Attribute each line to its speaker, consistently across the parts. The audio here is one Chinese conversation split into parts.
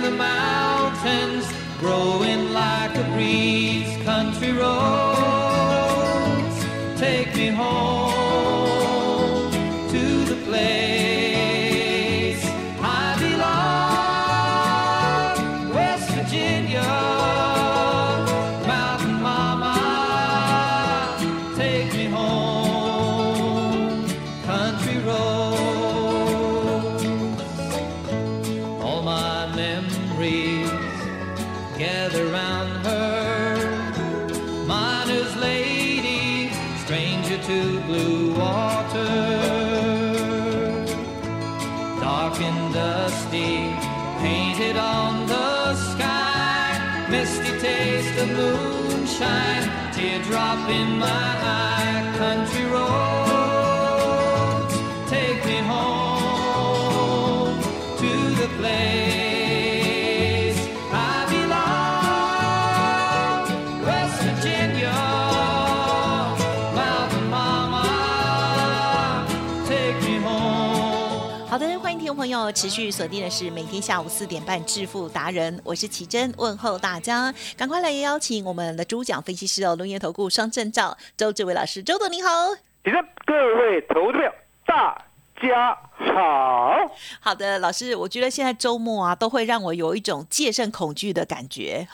Speaker 1: the mountains, growing like a breeze. Country roads, take me home to the place I belong. West Virginia, Mountain Mama, take me home. Country roads, all my memories gather round her miner's lady, stranger to blue water. Dark and dusty, painted on the sky, misty taste of moonshine, teardrop in my eye, country roads, take me home to the place I belong. West Virginia, Mountain Mama, take me home.
Speaker 2: 好的，欢迎听众朋友持续锁定的是每天下午四点半《致富达人》，我是奇珍，问候大家，赶快来邀请我们的主讲分析师哦，龙岩投顾双证照周志伟老师，周董你好。
Speaker 3: 你的各位投资票，大家 好。
Speaker 2: 好的，老师，我觉得现在周末啊，都会让我有一种戒慎恐惧的感 觉。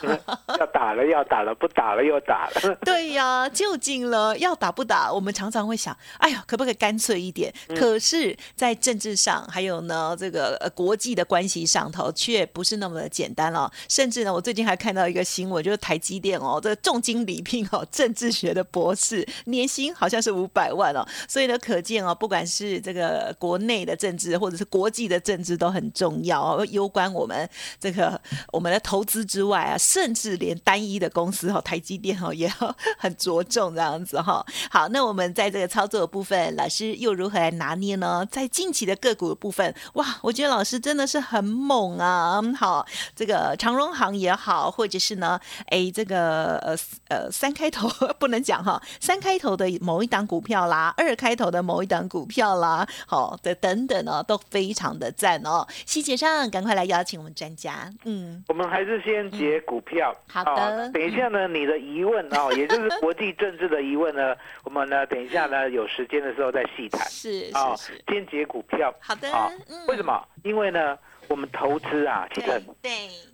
Speaker 3: 要打了，要打了，不打了又打了。
Speaker 2: 对呀、就近了，要打不打？我们常常会想，哎呀，可不可以干脆一点？可是，在政治上，还有呢，这个呃国际的关系上头，却不是那么的简单了。甚至呢，我最近还看到一个新闻，就是台积电哦，这重金礼聘哦，政治学的博士，年薪好像是五百万哦。所以呢，可见哦，不管是这个国内的政治，或者是国际的政治，都很重要哦，攸关我们这个我们的投资之外啊，甚至连单一的公司哦，台积电哦，也要 很着重这样子哈、哦。好，那我们在这个操作的部分，老师又如何来拿捏呢？在近期的个股的部分，哇，我觉得老师真的是很猛啊！嗯好，这个长荣行也好，或者是呢，哎，这个呃呃三开头 不能讲哈，三开头的某一档股票啦，二开头的某一档股票啦，好的等等哦，都非常的赞哦。细节上赶快来邀请我们专家，嗯，
Speaker 3: 我们还是先解股票。
Speaker 2: 好的
Speaker 3: 啊等一下呢，你的疑问 啊、也就是国际政治的疑问呢，我们呢等一下呢有时间的时候再细谈。
Speaker 2: 是
Speaker 3: 啊、
Speaker 2: 是是，
Speaker 3: 先解股票。
Speaker 2: 好的
Speaker 3: 啊，
Speaker 2: 嗯
Speaker 3: 为什么？因为呢，我们投资啊，其实
Speaker 2: 对对，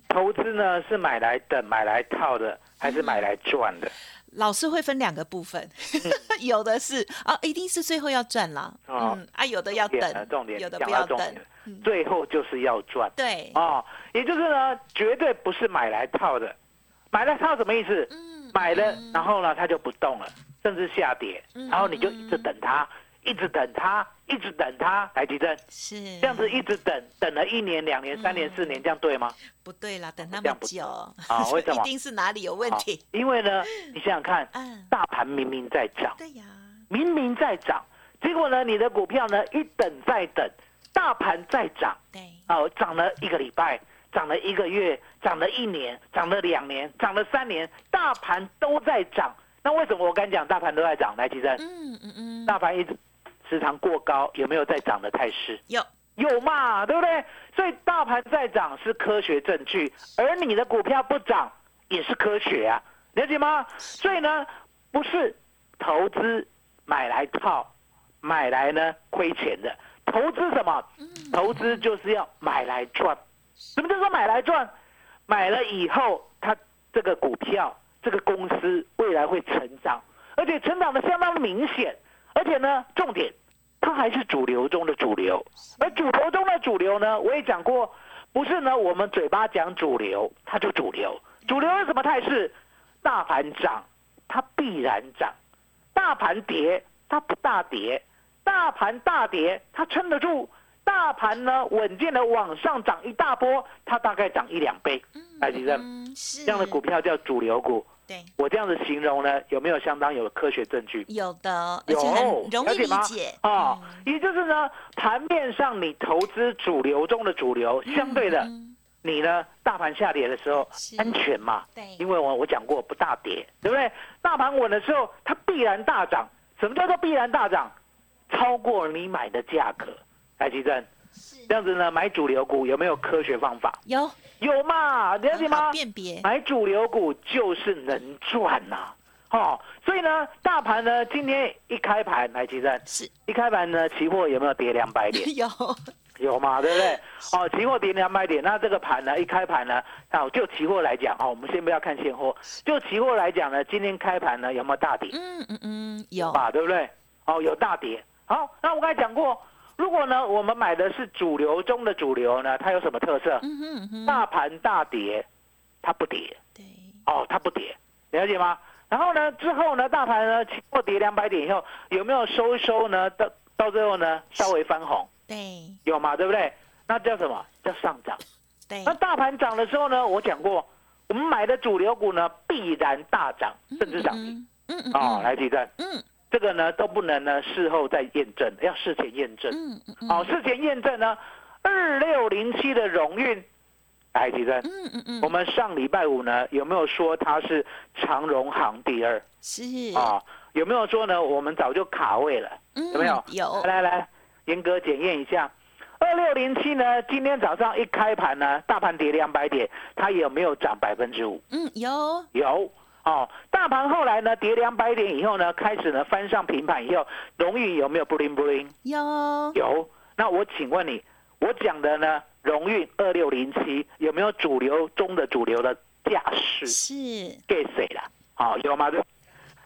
Speaker 3: 投资呢是买来等、买来套的，还
Speaker 2: 嗯
Speaker 3: 是买来赚的？
Speaker 2: 老师会分两个部分， 有的是啊，一定是最后要赚啦，
Speaker 3: 嗯哦
Speaker 2: 嗯啊，有的要
Speaker 3: 重点呢
Speaker 2: 等，
Speaker 3: 重点
Speaker 2: 有的
Speaker 3: 讲
Speaker 2: 不
Speaker 3: 到
Speaker 2: 要
Speaker 3: 重
Speaker 2: 等
Speaker 3: 点，
Speaker 2: 嗯
Speaker 3: 最后就是要赚。
Speaker 2: 对，
Speaker 3: 哦，也就是呢，绝对不是买来套的。买来套什么意思？
Speaker 2: 嗯
Speaker 3: 买了，
Speaker 2: 嗯
Speaker 3: 然后呢，它就不动了，甚至下跌
Speaker 2: 嗯，
Speaker 3: 然后你就一直等它，一直等它，一直等它，来提振，
Speaker 2: 是
Speaker 3: 这样子一直等，等了一年、两年、三年、四年，这样对吗？
Speaker 2: 不对啦，等那
Speaker 3: 哦这
Speaker 2: 么
Speaker 3: 样不
Speaker 2: 久
Speaker 3: 啊为什
Speaker 2: 一
Speaker 3: 么
Speaker 2: 定是哪里有问
Speaker 3: 好
Speaker 2: 题？
Speaker 3: 因为呢，你想想看，
Speaker 2: 嗯，
Speaker 3: 大盘明明在涨，
Speaker 2: 对呀，
Speaker 3: 明明在涨，结果呢，你的股票呢一等再等，大盘在涨，
Speaker 2: 对，
Speaker 3: 哦，涨了一个礼拜，涨了一个月，涨了一年，涨了两年，涨了三年，大盘都在涨。那为什么我敢讲大盘都在涨？来，其实
Speaker 2: 嗯嗯嗯，
Speaker 3: 大盘一直时常过高，有没有在涨的态势？
Speaker 2: 有
Speaker 3: 有嘛，对不对？所以大盘在涨是科学证据，而你的股票不涨也是科学啊，了解吗？所以呢，不是投资买来套，买来呢亏钱的。投资什么？
Speaker 2: 嗯
Speaker 3: 投资就是要买来赚。什么叫做买来赚？买了以后，它这个股票、这个公司未来会成长，而且成长的相当明显，而且呢，重点它还是主流中的主流。而主流中的主流呢，我也讲过，不是呢我们嘴巴讲主流，它就主流。主流是什么态势？大盘涨，它必然涨；大盘跌，它不大跌；大盘大跌，它撑得住；大盘呢稳健的往上涨一大波，它大概涨一两倍。哎，你这
Speaker 2: 嗯，是
Speaker 3: 这样的股票叫主流股。
Speaker 2: 对，
Speaker 3: 我这样子形容呢，有没有相当有科学证据？
Speaker 2: 有的，而
Speaker 3: 有
Speaker 2: 且很，容易
Speaker 3: 了解吗
Speaker 2: 理解嗯
Speaker 3: 啊、也就是呢，盘面上你投资主流中的主流，相对的，
Speaker 2: 嗯
Speaker 3: 你呢，大盘下跌的时候
Speaker 2: 是
Speaker 3: 安全嘛？
Speaker 2: 对
Speaker 3: 因为我我讲过不大跌，对不对？大盘稳的时候，它必然大涨。什么叫做必然大涨？超过你买的价格。来，吉正，这样子呢，买主流股有没有科学方法？
Speaker 2: 有
Speaker 3: 有嘛？了解
Speaker 2: 很
Speaker 3: 吗
Speaker 2: 好？辨别，
Speaker 3: 买主流股就是能赚呐、哦，所以呢，大盘呢今天一开盘，来吉正，
Speaker 2: 是
Speaker 3: 一开盘呢，期货有没有跌两百 点？
Speaker 2: 有，
Speaker 3: 有嘛，对不对？哦，期货跌两百点，那这个盘呢，一开盘呢，那就期货来讲，哦，我们先不要看现货，就期货来讲呢，今天开盘呢有没有大跌？
Speaker 2: 嗯嗯嗯，有，
Speaker 3: 吧，对不对？哦，有大跌。好，那我刚才讲过，如果呢我们买的是主流中的主流呢，它有什么特色？
Speaker 2: 嗯哼嗯哼，
Speaker 3: 大盘大跌，它不跌。
Speaker 2: 对，
Speaker 3: 哦，它不跌，了解吗？然后呢，之后呢，大盘呢，期货跌两百点以后，有没有收一收呢？到到最后呢，稍微翻红，
Speaker 2: 对
Speaker 3: 有嘛？对不对？那叫什么？叫上涨。
Speaker 2: 对
Speaker 3: 那，大盘涨的时候呢，我讲过，我们买的主流股呢，必然大涨，甚至涨停。
Speaker 2: 嗯嗯嗯
Speaker 3: 哦，
Speaker 2: 嗯
Speaker 3: 来提振，
Speaker 2: 嗯
Speaker 3: 这个呢都不能呢事后再验证，要事前验证。
Speaker 2: 嗯嗯嗯，
Speaker 3: 哦，事前验证呢，二六零七的荣运，来提振，
Speaker 2: 嗯嗯嗯，
Speaker 3: 我们上礼拜五呢有没有说它是长荣行第二？
Speaker 2: 是
Speaker 3: 啊，有没有说呢？我们早就卡位了，
Speaker 2: 嗯
Speaker 3: 有没有？
Speaker 2: 有
Speaker 3: 来来来，严格检验一下。二六零七呢？今天早上一开盘呢，大盘跌两百点，它有没有涨百分之五？
Speaker 2: 嗯有
Speaker 3: 有哦。大盘后来呢，跌两百点以后呢，开始呢翻上平盘以后，荣誉有没有布灵布灵？
Speaker 2: 有
Speaker 3: 有。那我请问你，我讲的呢，荣誉二六零七有没有主流中的主流的架势？
Speaker 2: 是
Speaker 3: 给谁了？好、有吗？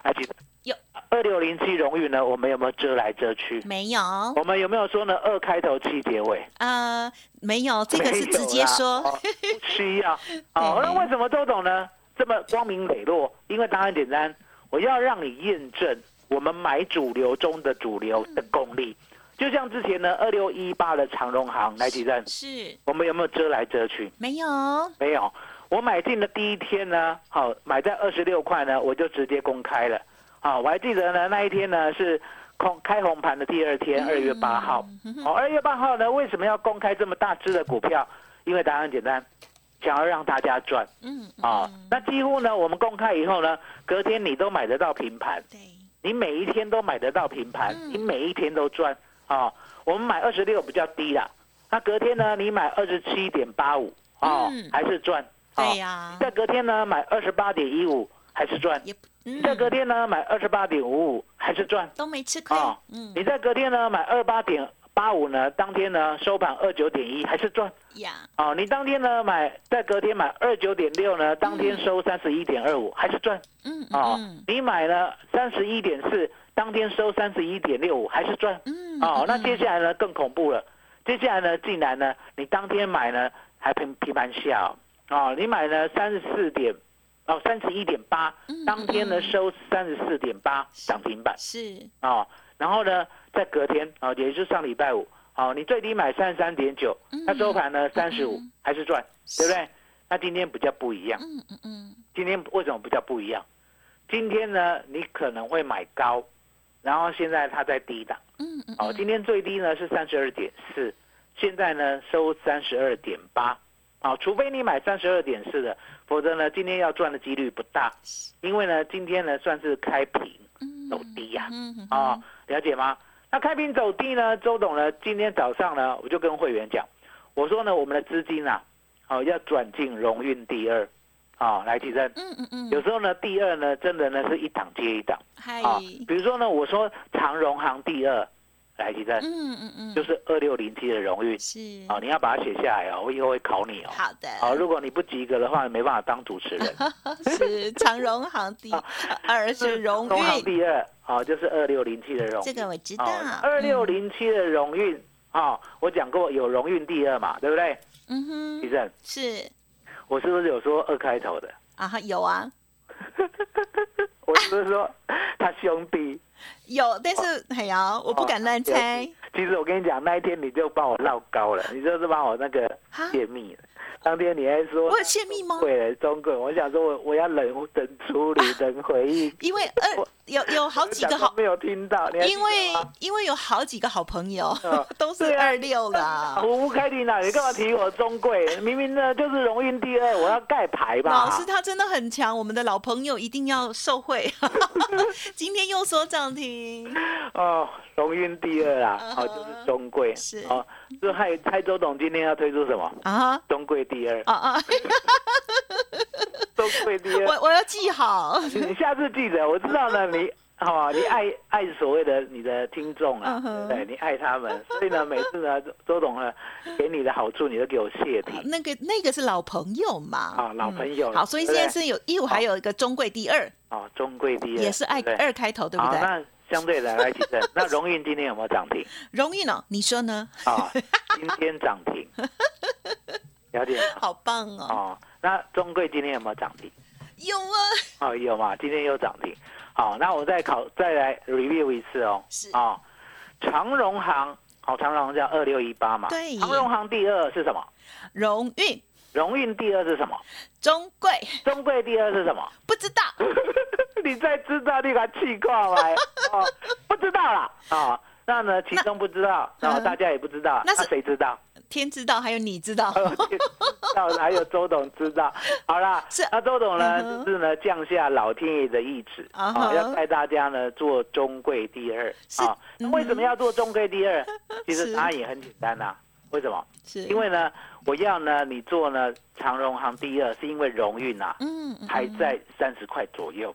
Speaker 3: 还记得？
Speaker 2: 有。
Speaker 3: 二六零七荣誉呢？我们有没有遮来遮去？
Speaker 2: 没有
Speaker 3: 我们有没有说呢？二开头七结尾？
Speaker 2: 啊没有，这个是
Speaker 3: 没有
Speaker 2: 直接
Speaker 3: 啦
Speaker 2: 说，
Speaker 3: 哦、不需 要。哦，那为什么周董呢这么光明磊落？因为答案简单，我要让你验证我们买主流中的主流的功力。就像之前呢，二六一八的长荣行来几站，
Speaker 2: 是
Speaker 3: 我们有没有遮来遮去？
Speaker 2: 没有
Speaker 3: 没有，我买进的第一天呢，好、买在二十六块呢，我就直接公开了。好、我还记得呢，那一天呢是空开红盘的第二天，
Speaker 2: 嗯
Speaker 3: 二月八号。哦，二月八号呢，为什么要公开这么大只的股票？因为答案很简单，想要让大家赚
Speaker 2: 嗯
Speaker 3: 啊、那几乎呢，我们公开以后呢，隔天你都买得到平盘，
Speaker 2: 对
Speaker 3: 你每一天都买得到平盘，
Speaker 2: 嗯
Speaker 3: 你每一天都赚啊、我们买二十六比较低啦，那隔天呢，你买二十七点八五啊
Speaker 2: 嗯，
Speaker 3: 还是赚。啊
Speaker 2: 对呀
Speaker 3: 在隔天呢买二十八点一五还是赚，
Speaker 2: 也不嗯
Speaker 3: 你在隔天呢买二十八点五五还是赚
Speaker 2: 都没吃亏
Speaker 3: 啊，
Speaker 2: 嗯
Speaker 3: 你在隔天呢买二八点八五呢，当天呢收盘二九点一还是赚
Speaker 2: 呀
Speaker 3: 啊，你当天呢买在隔天买二九点六呢，当天收三十一点二五还是赚
Speaker 2: 嗯
Speaker 3: 啊
Speaker 2: 嗯，
Speaker 3: 你买了三十一点四，当天收三十一点六五还是赚
Speaker 2: 嗯
Speaker 3: 哦，那
Speaker 2: 嗯
Speaker 3: 接下来呢更恐怖了，接下来呢竟然呢你当天买呢还平平盘下哦哦，你买呢三十四点哦三十一点八
Speaker 2: 嗯，
Speaker 3: 当天呢
Speaker 2: 嗯
Speaker 3: 收三十四点八涨停板
Speaker 2: 是
Speaker 3: 哦，然后呢在隔天哦，也就是上礼拜五哦，你最低买三十三点九
Speaker 2: 嗯，
Speaker 3: 那收盘呢三十五
Speaker 2: 嗯
Speaker 3: 还是赚，对不对？那今天比较不一样，
Speaker 2: 嗯嗯嗯
Speaker 3: 今天为什么比较不一样？今天呢你可能会买高，然后现在它在低档。
Speaker 2: 嗯嗯
Speaker 3: 哦，今天最低呢是三十二点四，现在呢收三十二点八。啊，除非你买三十二点四的，否则呢今天要赚的几率不大，因为呢今天呢算是开平
Speaker 2: 嗯
Speaker 3: 走低呀、
Speaker 2: 嗯嗯
Speaker 3: 啊，了解吗？那开平走低呢，周董呢今天早上呢我就跟会员讲，我说呢我们的资金啊，哦要转进荣运第二，啊、来提升。
Speaker 2: 嗯嗯嗯，
Speaker 3: 有时候呢第二呢真的呢是一档接一档。啊
Speaker 2: 嗨嗯
Speaker 3: 啊，比如说呢，我说长荣行第二，来提振，
Speaker 2: 嗯嗯嗯，
Speaker 3: 就是二六零七的荣誉
Speaker 2: 是
Speaker 3: 啊，你要把它写下来哦，我以后会考你哦。
Speaker 2: 好的，
Speaker 3: 好，如果你不及格的话，没办法当 主持人。
Speaker 2: 是长荣行第
Speaker 3: 啊
Speaker 2: 二是荣
Speaker 3: 中行
Speaker 2: 运，
Speaker 3: 第二，好、就是二六零七的荣运。啊
Speaker 2: 这个我知道，
Speaker 3: 哦
Speaker 2: 嗯
Speaker 3: 二六零七的荣运啊，我讲过有荣运第二嘛，对不对？
Speaker 2: 嗯
Speaker 3: 地
Speaker 2: 哼，
Speaker 3: 震，嗯
Speaker 2: 是
Speaker 3: 我是不是有说二开头的？
Speaker 2: 啊，有啊
Speaker 3: 我是不是说他兄弟？
Speaker 2: 有，但是哎呀，我不敢乱
Speaker 3: 哦
Speaker 2: 猜，。
Speaker 3: 其实我跟你讲，那一天你就帮我绕高了，你就是帮我那个
Speaker 2: 啊
Speaker 3: 泄密了。当天你还说
Speaker 2: 我有泄密吗
Speaker 3: 对了，中棍，我想说我我要冷冷处理、冷回应。
Speaker 2: 因为二有有啊好几
Speaker 3: 我
Speaker 2: 个
Speaker 3: 想说
Speaker 2: 好，
Speaker 3: 没有听到，你还记
Speaker 2: 因
Speaker 3: 得
Speaker 2: 为
Speaker 3: 吗
Speaker 2: 因为有好几个好朋友
Speaker 3: 啊嗯
Speaker 2: 都是
Speaker 3: 对啊
Speaker 2: 二六啦。
Speaker 3: 我不开庭 了，你干嘛提我中贵？明明呢就是荣运第二，我要盖牌吧。
Speaker 2: 老师他真的很强，我们的老朋友一定要受 惠。今天又说涨停，
Speaker 3: 哦，荣运第二啦，
Speaker 2: 嗯哼
Speaker 3: 哦就是中贵，
Speaker 2: 是
Speaker 3: 哦，就害蔡周董今天要推出什么？
Speaker 2: 啊
Speaker 3: 中贵第二，
Speaker 2: 啊啊！
Speaker 3: 中贵第二，
Speaker 2: 我我要记好。
Speaker 3: 你下次记得，我知道呢，你哦，你爱爱所谓的你的听众啊
Speaker 2: 嗯，哼
Speaker 3: 对，你爱他们，所以呢，每次呢，周董呢给你的好处，你都给我谢
Speaker 2: 好
Speaker 3: 题。
Speaker 2: 那个那个是老朋友嘛，
Speaker 3: 啊老朋友
Speaker 2: 嗯好，所以现在是有义务，
Speaker 3: 好
Speaker 2: 还有一个中贵第二，
Speaker 3: 哦，中贵第二
Speaker 2: 嗯也是爱
Speaker 3: 对不对
Speaker 2: 二开头，对不
Speaker 3: 好，
Speaker 2: 对？
Speaker 3: 那相对的来提振，那荣运今天有没有涨停？
Speaker 2: 荣誉呢？你说呢？
Speaker 3: 啊，今天涨停，了解吗？
Speaker 2: 好棒哦！
Speaker 3: 哦，那中贵今天有没有涨停？
Speaker 2: 有啊，
Speaker 3: 哦，有嘛，今天又涨停。好，那我再考再来 review 一次哦。
Speaker 2: 是
Speaker 3: 哦，长荣行，好、长荣行叫二六一八嘛。
Speaker 2: 对
Speaker 3: 长荣行第二是什么？
Speaker 2: 荣誉
Speaker 3: 荣运第二是什么？
Speaker 2: 中贵
Speaker 3: 中贵第二是什么？
Speaker 2: 不知道，
Speaker 3: 你再知道你把气挂来哦，不知道啦哦。那呢，其中不知道，
Speaker 2: 那
Speaker 3: 然后大家也不知道，
Speaker 2: 那是
Speaker 3: 谁知道？
Speaker 2: 天知道，还有你知道，
Speaker 3: 还有知道，还有周董知道。好啦，
Speaker 2: 是
Speaker 3: 那周董
Speaker 2: 嗯哼
Speaker 3: 呢，就是呢降下老天爷的意志
Speaker 2: 啊哈
Speaker 3: 啊，要带大家呢做中贵第二
Speaker 2: 是
Speaker 3: 啊。那
Speaker 2: 嗯哼
Speaker 3: 为什么要做中贵第二？其
Speaker 2: 是
Speaker 3: 实答案也很简单呐、为什么？
Speaker 2: 是
Speaker 3: 因为呢，我要呢你做呢长荣行第二，是因为荣运呐
Speaker 2: 嗯嗯
Speaker 3: 还在三十块左右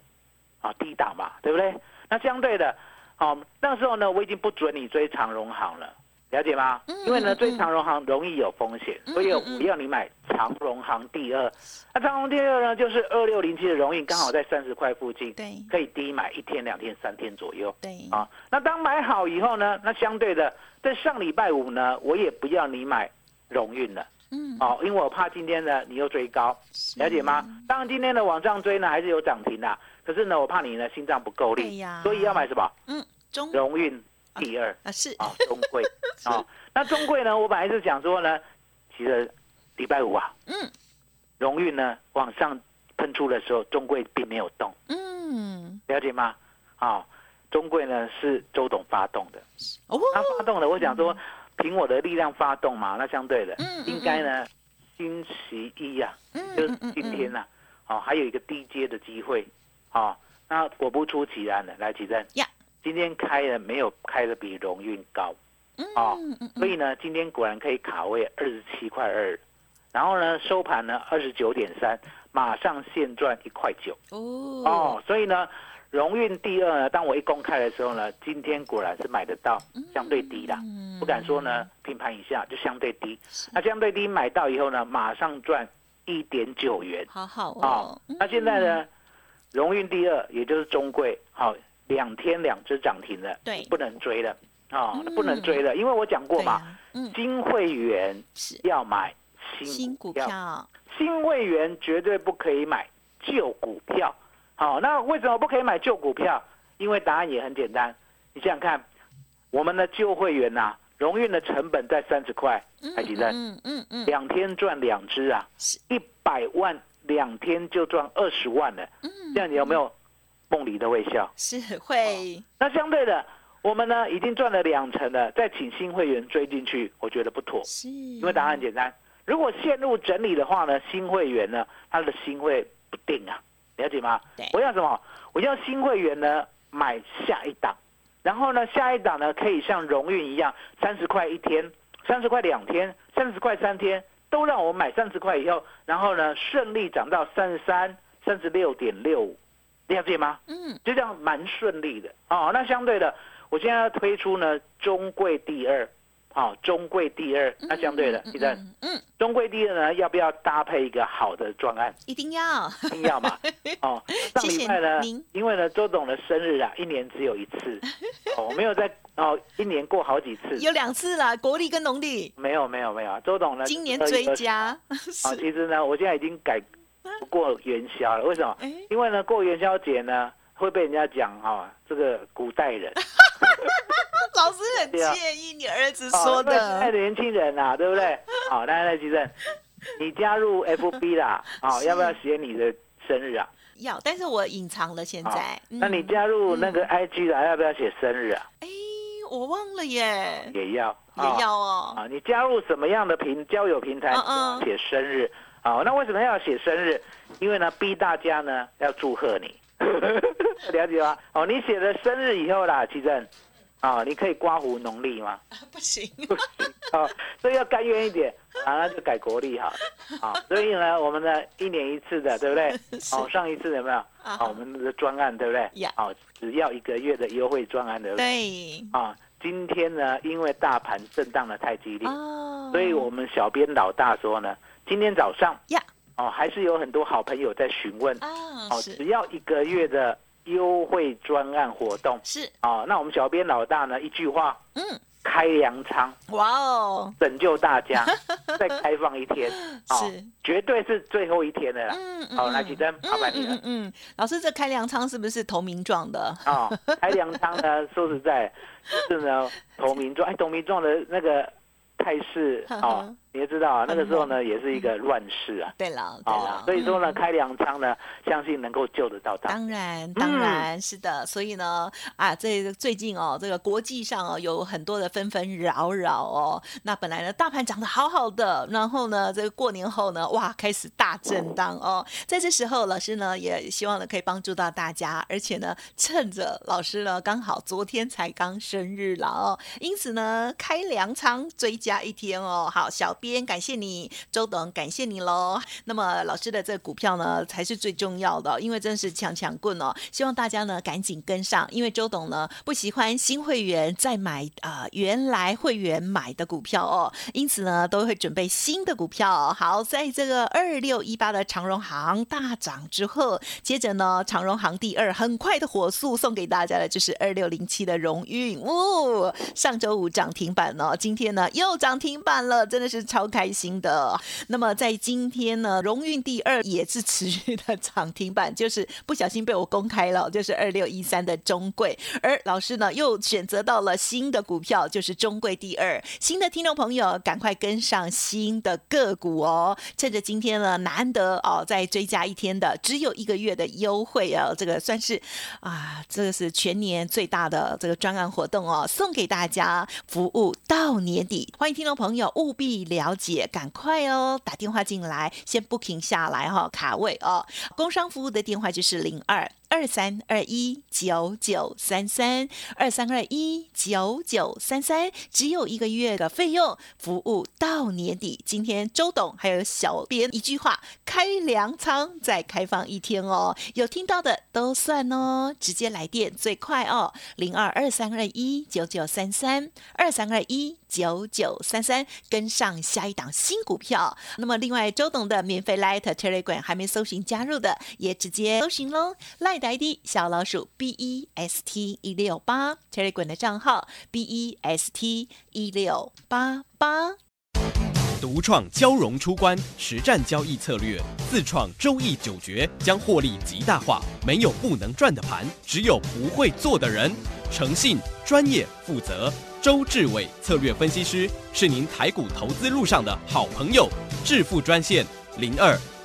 Speaker 3: 啊，低档嘛，对不对？那相对的，好、那时候呢我已经不准你追长荣行了。了解吗
Speaker 2: 嗯？
Speaker 3: 因为呢，
Speaker 2: 嗯
Speaker 3: 追
Speaker 2: 嗯
Speaker 3: 长荣行容易有风险，
Speaker 2: 嗯
Speaker 3: 所以
Speaker 2: 嗯
Speaker 3: 我
Speaker 2: 嗯
Speaker 3: 要你买长荣行第二。那长荣第二呢，就是二六零七的荣运，刚好在三十块附近，
Speaker 2: 对
Speaker 3: 可以低买一天、两天、三天左右
Speaker 2: 对，
Speaker 3: 啊。那当买好以后呢，那相对的，在上礼拜五呢，我也不要你买荣运了
Speaker 2: 嗯，
Speaker 3: 哦、因为我怕今天呢你又追高，了解吗？
Speaker 2: 嗯
Speaker 3: 当然今天的往上追呢还是有涨停的，可是呢我怕你呢心脏不够
Speaker 2: 对
Speaker 3: 力
Speaker 2: 哎呀，
Speaker 3: 所以要买什么
Speaker 2: 嗯，中
Speaker 3: 荣运第二。
Speaker 2: 啊是
Speaker 3: 啊，中 贵啊。那中贵呢，我本来是想说呢，其实礼拜五啊，
Speaker 2: 嗯，
Speaker 3: 荣誉呢往上喷出的时候，中贵并没有动，
Speaker 2: 嗯
Speaker 3: 了解吗？啊，中贵呢是周董发动的，
Speaker 2: 哦
Speaker 3: 他发动的，我想说凭我的力量发动嘛，那相对的
Speaker 2: 嗯嗯嗯
Speaker 3: 应该呢星期一啊呀、
Speaker 2: 嗯
Speaker 3: 就是
Speaker 2: 嗯嗯
Speaker 3: 今天呐、啊，哦，还有一个低阶的机会，哦，那果不出其然的，来奇正
Speaker 2: 呀
Speaker 3: 今天开的没有开的比荣运高，
Speaker 2: 嗯
Speaker 3: 哦
Speaker 2: 嗯嗯
Speaker 3: 所以呢，今天果然可以卡位二十七块二，然后呢收盘呢二十九点三，马上现赚一块九
Speaker 2: 哦
Speaker 3: 哦，所以呢。荣运第二呢，当我一公开的时候呢，今天果然是买得到，相对低啦，
Speaker 2: 嗯
Speaker 3: 不敢说呢拼盘一下，就相对低。那相对低买到以后呢，马上赚一点九元，
Speaker 2: 好好
Speaker 3: 哦
Speaker 2: 哦，，
Speaker 3: 那现在呢，荣运第二，也就是中贵，好、两天两只涨停了，
Speaker 2: 对
Speaker 3: 不能追了，哦，
Speaker 2: 嗯
Speaker 3: 不能追了，因为我讲过
Speaker 2: 对
Speaker 3: 嘛，
Speaker 2: 呀，嗯
Speaker 3: 新会员
Speaker 2: 是
Speaker 3: 要买
Speaker 2: 新
Speaker 3: 新
Speaker 2: 股
Speaker 3: 股票，
Speaker 2: 票，
Speaker 3: 新会员绝对不可以买旧股票。好、那为什么不可以买旧股票？因为答案也很简单，你想想看，我们的旧会员呐、啊荣运的成本在三十块，
Speaker 2: 嗯
Speaker 3: 海吉生，
Speaker 2: 嗯嗯嗯，
Speaker 3: 两天赚两只啊
Speaker 2: 是，
Speaker 3: 一百万两天就赚二十万了，
Speaker 2: 嗯
Speaker 3: 这样你有没有梦里的微笑？
Speaker 2: 是会
Speaker 3: 那相对的，我们呢已经赚了两成了，再请新会员追进去，我觉得不妥，
Speaker 2: 是，
Speaker 3: 因
Speaker 2: 因
Speaker 3: 为答案很简单，如果陷入整理的话呢，新会员呢他的心会不定啊，了解吗
Speaker 2: 对？
Speaker 3: 我要什么？我要新会员呢买下一档，然后呢下一档呢可以像荣运一样，三十块一天，三十块两天，三十块三天，都让我买三十块以后，然后呢顺利涨到三十三、三十六点六五，了解吗？
Speaker 2: 嗯
Speaker 3: 就这样蛮顺利的哦。那相对的，我现在要推出呢中贵第二，好、啊中贵第二，那相对的，第三，
Speaker 2: 嗯嗯，
Speaker 3: 中贵第二呢要不要搭配一个好的专 案？
Speaker 2: 一定要，
Speaker 3: 一定要嘛。哦，上
Speaker 2: 谢谢
Speaker 3: 礼拜呢
Speaker 2: 您，
Speaker 3: 因为呢周董的生日啊，一年只有一 次，哦，我没有在哦一年过好几次，
Speaker 2: 有两次啦，国历跟农历，
Speaker 3: 没有没有没有，周董呢
Speaker 2: 今年
Speaker 3: 12
Speaker 2: 追
Speaker 3: 月
Speaker 2: 加，
Speaker 3: 啊，
Speaker 2: 是，
Speaker 3: 其实呢，我现在已经改不过元宵了。为什么
Speaker 2: 哎？
Speaker 3: 因为呢，过元宵节呢，会被人家讲哦，这个古代人
Speaker 2: 老师很
Speaker 3: 对啊
Speaker 2: 介意你儿子
Speaker 3: 啊
Speaker 2: 说
Speaker 3: 因为现在
Speaker 2: 的，
Speaker 3: 的年轻人啊， 对不对？好，来来，吉正，你加入 FB 啦，啊，
Speaker 2: 是
Speaker 3: 要不要写你的生日啊？
Speaker 2: 要，但是我隐藏了，现
Speaker 3: 啊
Speaker 2: 在，嗯
Speaker 3: 那你加入那个 IG 啦，要不要写生日啊？
Speaker 2: 哎，我忘了耶，
Speaker 3: 也要，
Speaker 2: 也
Speaker 3: 啊
Speaker 2: 要哦，
Speaker 3: 啊，你加入什么样的平交友平台
Speaker 2: 嗯嗯
Speaker 3: 写生日？好，那为什么要写生日？因为呢，逼大家呢要祝贺你， 了解吗？哦，你写了生日以后啦，其正，啊、你可以刮胡农历吗？
Speaker 2: 不行，
Speaker 3: 哦，所以要甘愿一点，啊，那就改国历好了。啊、所以呢，我们呢一年一次的，对不对？ 哦，上一次有没有？啊、我们的专案对不对？
Speaker 2: 呀
Speaker 3: 哦，只要一个月的优惠专案，对不对？
Speaker 2: 对，
Speaker 3: 啊、今天呢，因为大盘震荡的太激烈，
Speaker 2: 哦，
Speaker 3: 所以我们小编老大说呢，今天早上
Speaker 2: 呀
Speaker 3: 哦，还是有很多好朋友在询问
Speaker 2: 啊
Speaker 3: 哦，
Speaker 2: 是
Speaker 3: 只要一个月的优惠专案活动
Speaker 2: 是，
Speaker 3: 哦，那我们小编老大呢一句话，
Speaker 2: 嗯，
Speaker 3: 开粮仓
Speaker 2: 哇哦，
Speaker 3: 拯救 大家，再开放一天，哦
Speaker 2: 是，
Speaker 3: 绝对是最后一天的啦。
Speaker 2: 嗯嗯
Speaker 3: 好，来启真，麻
Speaker 2: 嗯
Speaker 3: 烦你了
Speaker 2: 嗯。嗯，老师，这开粮仓是不是投名状的？
Speaker 3: 啊、开粮仓 呢，说实在，就是呢，董明庄，哎，董明庄的那个态 势啊、
Speaker 2: 呵呵
Speaker 3: 哦，你也知道啊，那个时候
Speaker 2: 很
Speaker 3: 呢，也是一个乱世啊。
Speaker 2: 对了，对
Speaker 3: 啊、
Speaker 2: 了，
Speaker 3: 所以说呢，
Speaker 2: 嗯嗯。
Speaker 3: 开粮仓呢，相信能够救得到他。
Speaker 2: 当然，当然、是的。所以呢，啊，这最近哦，这个国际上哦有很多的纷纷扰扰哦。那本来呢，大盘涨得好好的，然后呢，这个过年后呢，哇，开始大震荡哦。在这时候，老师呢也希望呢可以帮助到大家，而且呢，趁着老师呢刚好昨天才刚生日了哦，因此呢，开粮仓追加一天哦。好，小编感谢你，周董感谢你喽。那么老师的这个股票呢，才是最重要的，哦因为真是强强棍哦。希望大家呢赶紧跟上，因为周董呢不喜欢新会员再买啊、呃原来会员买的股票哦，因此呢都会准备新的股票。哦好，在这个二六一八的长荣行大涨之后，接着呢长荣行第二很快的火速送给大家的就是二六零七的荣运哦，上周五涨停板哦，今天呢又涨停板了，真的是超开心的。哦那么在今天呢，荣运第二也是持续的涨停板，就是不小心被我公开了，就是二六一三的中贵。而老师呢又选择到了新的股票，就是中贵第二。新的听众朋友，赶快跟上新的个股哦！趁着今天呢，难得哦，再追加一天的，只有一个月的优惠哦，这个算是啊，这个是全年最大的这个专案活动哦，送给大家，服务到年底。欢迎听众朋友务必了解，赶快哦，打电话进来，先 booking 下来哈、卡位哦。工商服务的电话就是零二二三二一九九三三二三二一九九三三，只有一个月的费用，服务到年底。今天周董还有小编一句话，开粮仓再开放一天哦，有听到的都算哦，直接来电最快哦，零二二三二一九九三三二三二一九九三三，跟上下一档新股票。那么，另外周董的免费 Light Telegram 还没搜寻加入的，也直接搜寻喽。Light 的 ID 小老鼠 B E S T 一六八，Telegram 的账号 B E S T 一六八八。
Speaker 4: 独创交融出关实战交易策略，自创周易九诀，将获利极大化。没有不能赚的盘，只有不会做的人。诚信、专业、负责，周志伟策略分析师是您台股投资路上的好朋友。致富专线零二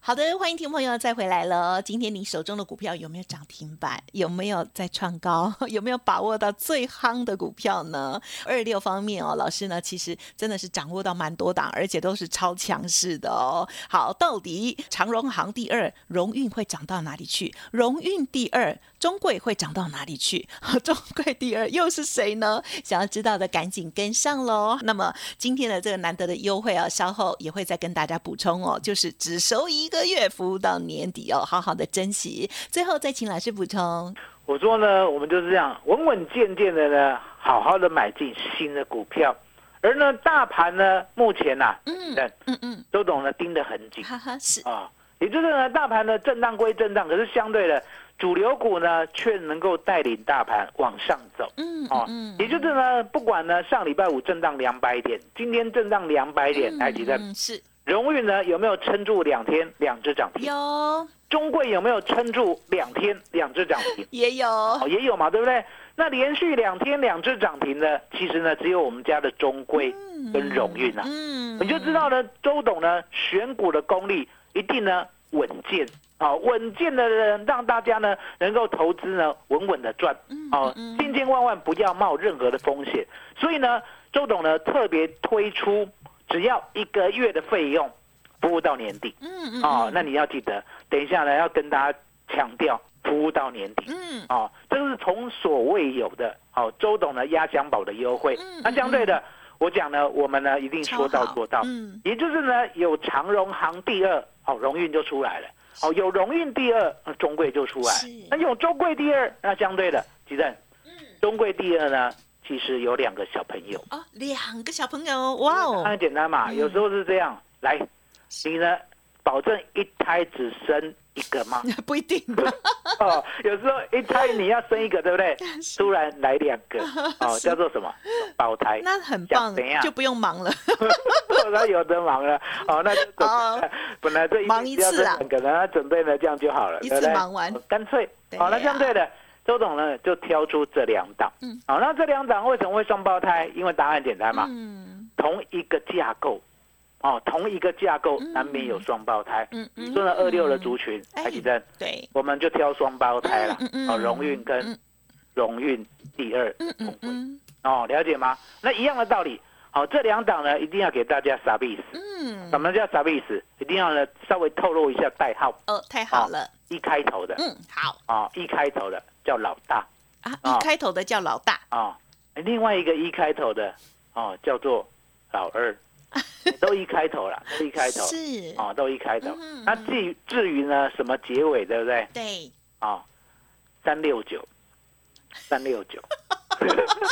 Speaker 2: 好的，欢迎听众朋友再回来了。今天你手中的股票有没有涨停板？有没有在创高？ 有没有把握到最夯的股票呢？ 二六方面哦，老师呢其实真的是掌握到蛮多档，而且都是超强势的哦。好，到底长荣行第二，荣运会涨到哪里去？荣运第二。中贵会涨到哪里去？ 中贵第二又是谁呢？想要知道的赶紧跟上喽。那么今天的这个难得的优惠啊，稍后也会再跟大家补充哦，就是只收一个月，服务到年底哦，好好的珍惜。最后再请老师补充。
Speaker 3: 我说呢，我们就是这样稳稳健健的呢，好好的买进新的股票，而呢大盘呢目前呐、
Speaker 2: 嗯
Speaker 3: 嗯，
Speaker 2: 嗯嗯，
Speaker 3: 周董呢盯得很紧
Speaker 2: 哈哈是，
Speaker 3: 啊，也就是呢大盘呢震荡归震荡，可是相对的主流股呢却能够带领大盘往上走。
Speaker 2: 嗯
Speaker 3: 哦，
Speaker 2: 嗯
Speaker 3: 也就是呢，不管呢上礼拜五震荡两百点，今天震荡两百点，台积电
Speaker 2: 嗯是
Speaker 3: 荣誉呢有没有撑住两天两只涨停？
Speaker 2: 有
Speaker 3: 中贵有没有撑住两天两只涨停？
Speaker 2: 也有
Speaker 3: 哦，也有嘛，对不对？那连续两天两只涨停呢，其实呢，只有我们家的中贵跟荣运啊，
Speaker 2: 嗯，
Speaker 3: 你就知道呢，周董呢选股的功力一定呢稳健。啊，稳健的人让大家呢能够投资呢稳稳的赚
Speaker 2: 嗯，
Speaker 3: 哦
Speaker 2: 嗯嗯，
Speaker 3: 千千万万不要冒任何的风险。所以呢，周董呢特别推出只要一个月的费用，服务到年底
Speaker 2: 嗯嗯
Speaker 3: 哦。
Speaker 2: 嗯
Speaker 3: 那你要记得，等一下呢要跟大家强调，服务到年底。
Speaker 2: 嗯
Speaker 3: 哦，这个是从所未有的。哦，周董呢压箱宝的优惠
Speaker 2: 嗯，
Speaker 3: 那相对的，我讲呢，我们呢一定说到
Speaker 2: 超好
Speaker 3: 做到，
Speaker 2: 嗯
Speaker 3: 也就是呢有长荣行第二，哦，荣运就出来了。哦，有荣运第二，呃中贵就出来
Speaker 2: 是。嗯
Speaker 3: 那有中贵第二，那相对的，吉正，中贵第二呢，其实有两个小朋友。
Speaker 2: 哦，两个小朋友哇
Speaker 3: 当
Speaker 2: 哦，
Speaker 3: 然简单嘛，
Speaker 2: 嗯
Speaker 3: 有时候是这样。来，
Speaker 2: 是
Speaker 3: 你呢，保证一胎只生一个吗？
Speaker 2: 不一定
Speaker 3: 哦，有时候一胎你要生一个，对 不对？突然来两个，哦，叫做什么？保胎。
Speaker 2: 那很棒
Speaker 3: 想怎，样
Speaker 2: 就不用忙了。
Speaker 3: 那有的忙了，哦，那就准备
Speaker 2: 哦
Speaker 3: 本来这一
Speaker 2: 忙一
Speaker 3: 只要
Speaker 2: 次啊
Speaker 3: 生两个，那准备呢这样就好了，
Speaker 2: 一
Speaker 3: 对不
Speaker 2: 次
Speaker 3: 对
Speaker 2: 忙完
Speaker 3: 哦干脆。
Speaker 2: 对呀
Speaker 3: 哦，那相对的，周董呢就挑出这两档。
Speaker 2: 嗯。
Speaker 3: 好，那这两档为什么会双胞胎？因为答案简单嘛，
Speaker 2: 嗯
Speaker 3: 同一个架构，哦，同一个架构
Speaker 2: 嗯
Speaker 3: 难免有双胞胎。
Speaker 2: 嗯嗯，
Speaker 3: 说了二六的族群，
Speaker 2: 哎
Speaker 3: 台积电
Speaker 2: 对，
Speaker 3: 我们就挑双胞胎了
Speaker 2: 嗯嗯，嗯
Speaker 3: 哦，荣运跟
Speaker 2: 嗯
Speaker 3: 荣运第二
Speaker 2: 嗯嗯
Speaker 3: 同轨，
Speaker 2: 嗯
Speaker 3: 哦，了解吗？那一样的道理，好、这两档呢一定要给大家啥意思？
Speaker 2: 嗯，
Speaker 3: 什么叫啥意思？一定要呢稍微透露一下代号，
Speaker 2: 哦，太好了，
Speaker 3: 一开头的
Speaker 2: 嗯，好
Speaker 3: 啊、一开头的叫老大
Speaker 2: 啊，
Speaker 3: 哦
Speaker 2: 一开头的叫老大，
Speaker 3: 啊、另外一个一开头的哦叫做老 二，都一开头啦，都一开头
Speaker 2: 是，
Speaker 3: 啊、哦，都一开头。
Speaker 2: 嗯
Speaker 3: 那至于至于呢什么结尾，对不对？
Speaker 2: 对，
Speaker 3: 啊，三六九，三六九，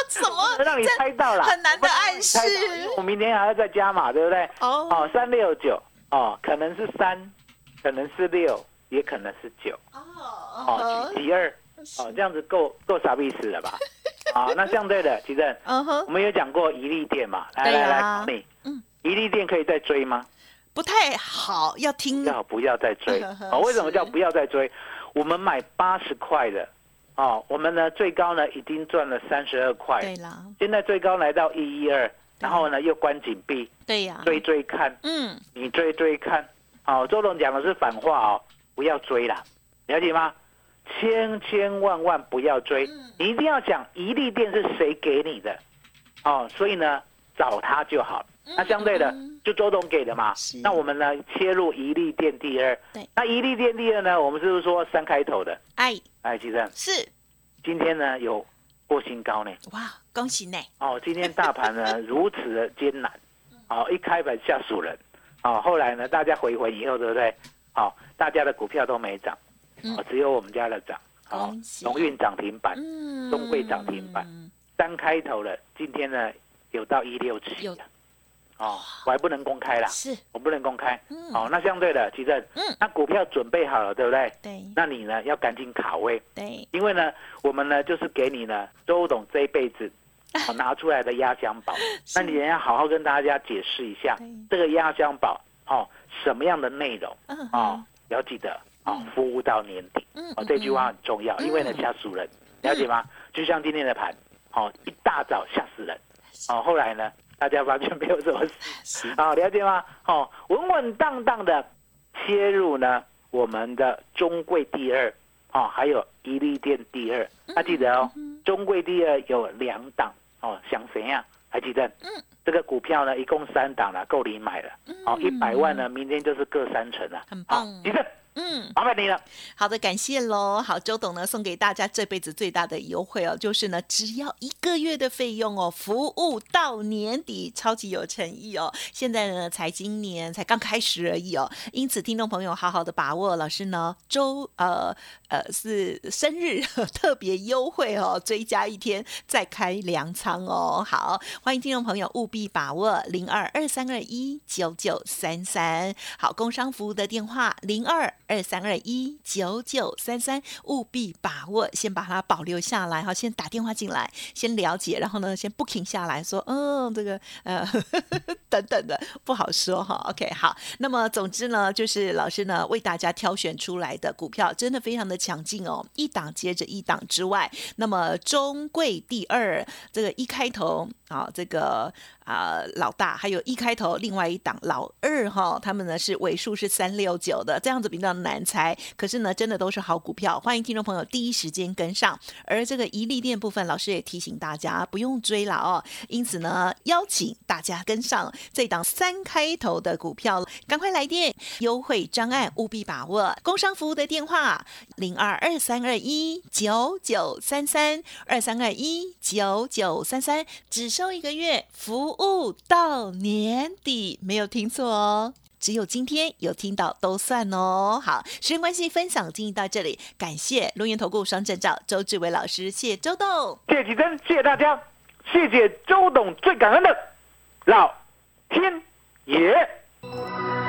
Speaker 2: 什么
Speaker 3: 哦让你猜到了，
Speaker 2: 哦很难的暗示
Speaker 3: 我不知道你猜到因为我明天还要再加码，对不对？
Speaker 2: 哦
Speaker 3: 哦，三六九，哦，可能是三，可能是六，也可能是九，哦
Speaker 2: 哦，，
Speaker 3: 几几二，哦，这样子够够傻逼死了 吧？好，那相对的，其正，
Speaker 2: 嗯
Speaker 3: 我
Speaker 2: 哼，
Speaker 3: 们有讲过一利店嘛？来
Speaker 2: 对
Speaker 3: 来来，
Speaker 2: 呀
Speaker 3: 考你，
Speaker 2: 嗯，
Speaker 3: 一利店可以再追吗？
Speaker 2: 不太好，要听？
Speaker 3: 要不要再追 哦，为什么
Speaker 2: 是
Speaker 3: 叫不要再追？我们买八十块的，哦，我们呢最高呢已经赚了三十二块，
Speaker 2: 对啦，
Speaker 3: 现在最高来到一一二，然后呢又关紧闭，
Speaker 2: 对呀，
Speaker 3: 追追看，
Speaker 2: 嗯，
Speaker 3: 你追追看。好、周董讲的是反话哦，不要追啦，了解吗？千千万万不要追，
Speaker 2: 嗯
Speaker 3: 你一定要讲一粒电是谁给你的，哦，所以呢找他就好。那相对的
Speaker 2: 嗯，
Speaker 3: 就周董给的嘛
Speaker 2: 是。
Speaker 3: 那我们呢切入一粒电第二
Speaker 2: 对，
Speaker 3: 那一粒电第二呢，我们是不是说三开头的？
Speaker 2: 哎，
Speaker 3: 哎，其实
Speaker 2: 是
Speaker 3: 今天呢有过新高呢。
Speaker 2: 哇，恭喜呢，
Speaker 3: 哦，今天大盘呢如此的艰 难，哦，一开盘吓死人，哦，后来呢大家回魂以后，对不对？哦，大家的股票都没涨，哦，只有我们家的涨，哦
Speaker 2: 嗯恭，喜
Speaker 3: 龙运涨停板，
Speaker 2: 嗯，
Speaker 3: 中贵涨停板三开头了，今天呢有到一六七
Speaker 2: 有
Speaker 3: 了，哦，我还不能公开啦，
Speaker 2: 是，
Speaker 3: 我不能公开，
Speaker 2: 嗯
Speaker 3: 哦，那相对的，其实，
Speaker 2: 嗯
Speaker 3: 那股票准备好了，对不对？
Speaker 2: 对
Speaker 3: 那你呢要赶紧卡位，
Speaker 2: 对，
Speaker 3: 因为呢，我们呢就是给你呢周董这一辈子。 哦拿出来的压箱宝，那你也要好好跟大家解释一下
Speaker 2: 对
Speaker 3: 这个压箱宝哦什么样的内容
Speaker 2: 嗯
Speaker 3: 哦，要记得哦服务到年底
Speaker 2: 嗯
Speaker 3: 哦
Speaker 2: 嗯
Speaker 3: 这句话很重要，因为呢吓死人，了解吗？就像今天的盘哦一大早吓死人哦，后来呢大家发现没有什么
Speaker 2: 嗯
Speaker 3: 事啊，了解吗？哦稳稳当当的切入呢我们的中贵第二哦，还有一利店第二，
Speaker 2: 嗯
Speaker 3: 那、记得哦，中贵第二有两档哦，想怎样？还记得？嗯，这个股票呢，一共三档了，够你买了。哦，一百万呢，明天就是各三成了。
Speaker 2: 嗯很棒
Speaker 3: 好记得。
Speaker 2: 嗯，
Speaker 3: 麻烦您了。
Speaker 2: 好的，感谢喽。好，周董呢送给大家这辈子最大的优惠哦，就是呢只要一个月的费用哦，服务到年底，超级有诚意哦。现在呢才今年才刚开始而已哦，因此听众朋友好好的把握，老师呢周呃呃是生日 特别优惠哦，追加一天再开粮仓哦。好，欢迎听众朋友务必把握零二二三二一九九三三。好，工商服务的电话零二二三二一九九三三，务必把握，先把它保留下来哈，先打电话进来，先了解，然后呢，先 booking 下来说，嗯，这个呃 等等的不好说哈。OK，好，那么总之呢，就是老师呢为大家挑选出来的股票真的非常的强劲哦，一档接着一档之外，那么中贵第二这个一开头啊，这个啊、老大，还有一开头另外一档老二哈，他们呢是尾数是三六九的，这样子比较难猜。可是呢，真的都是好股票，欢迎听众朋友第一时间跟上。而这个一利店部分，老师也提醒大家啊不用追了哦，因此呢，邀请大家跟上这档三开头的股票，赶快来电，优惠专案务必把握。工商服务的电话零二二三二一九九三三二三二一九九三三，只收一个月，服务到年底，没有听错哦。只有今天有听到都算哦。好，时间关系，分享进行到这里，感谢龙源投顾双证照周志伟老师，谢谢周董。
Speaker 3: 谢谢吉珍，谢谢大家，谢谢周董，最感恩的老天爷。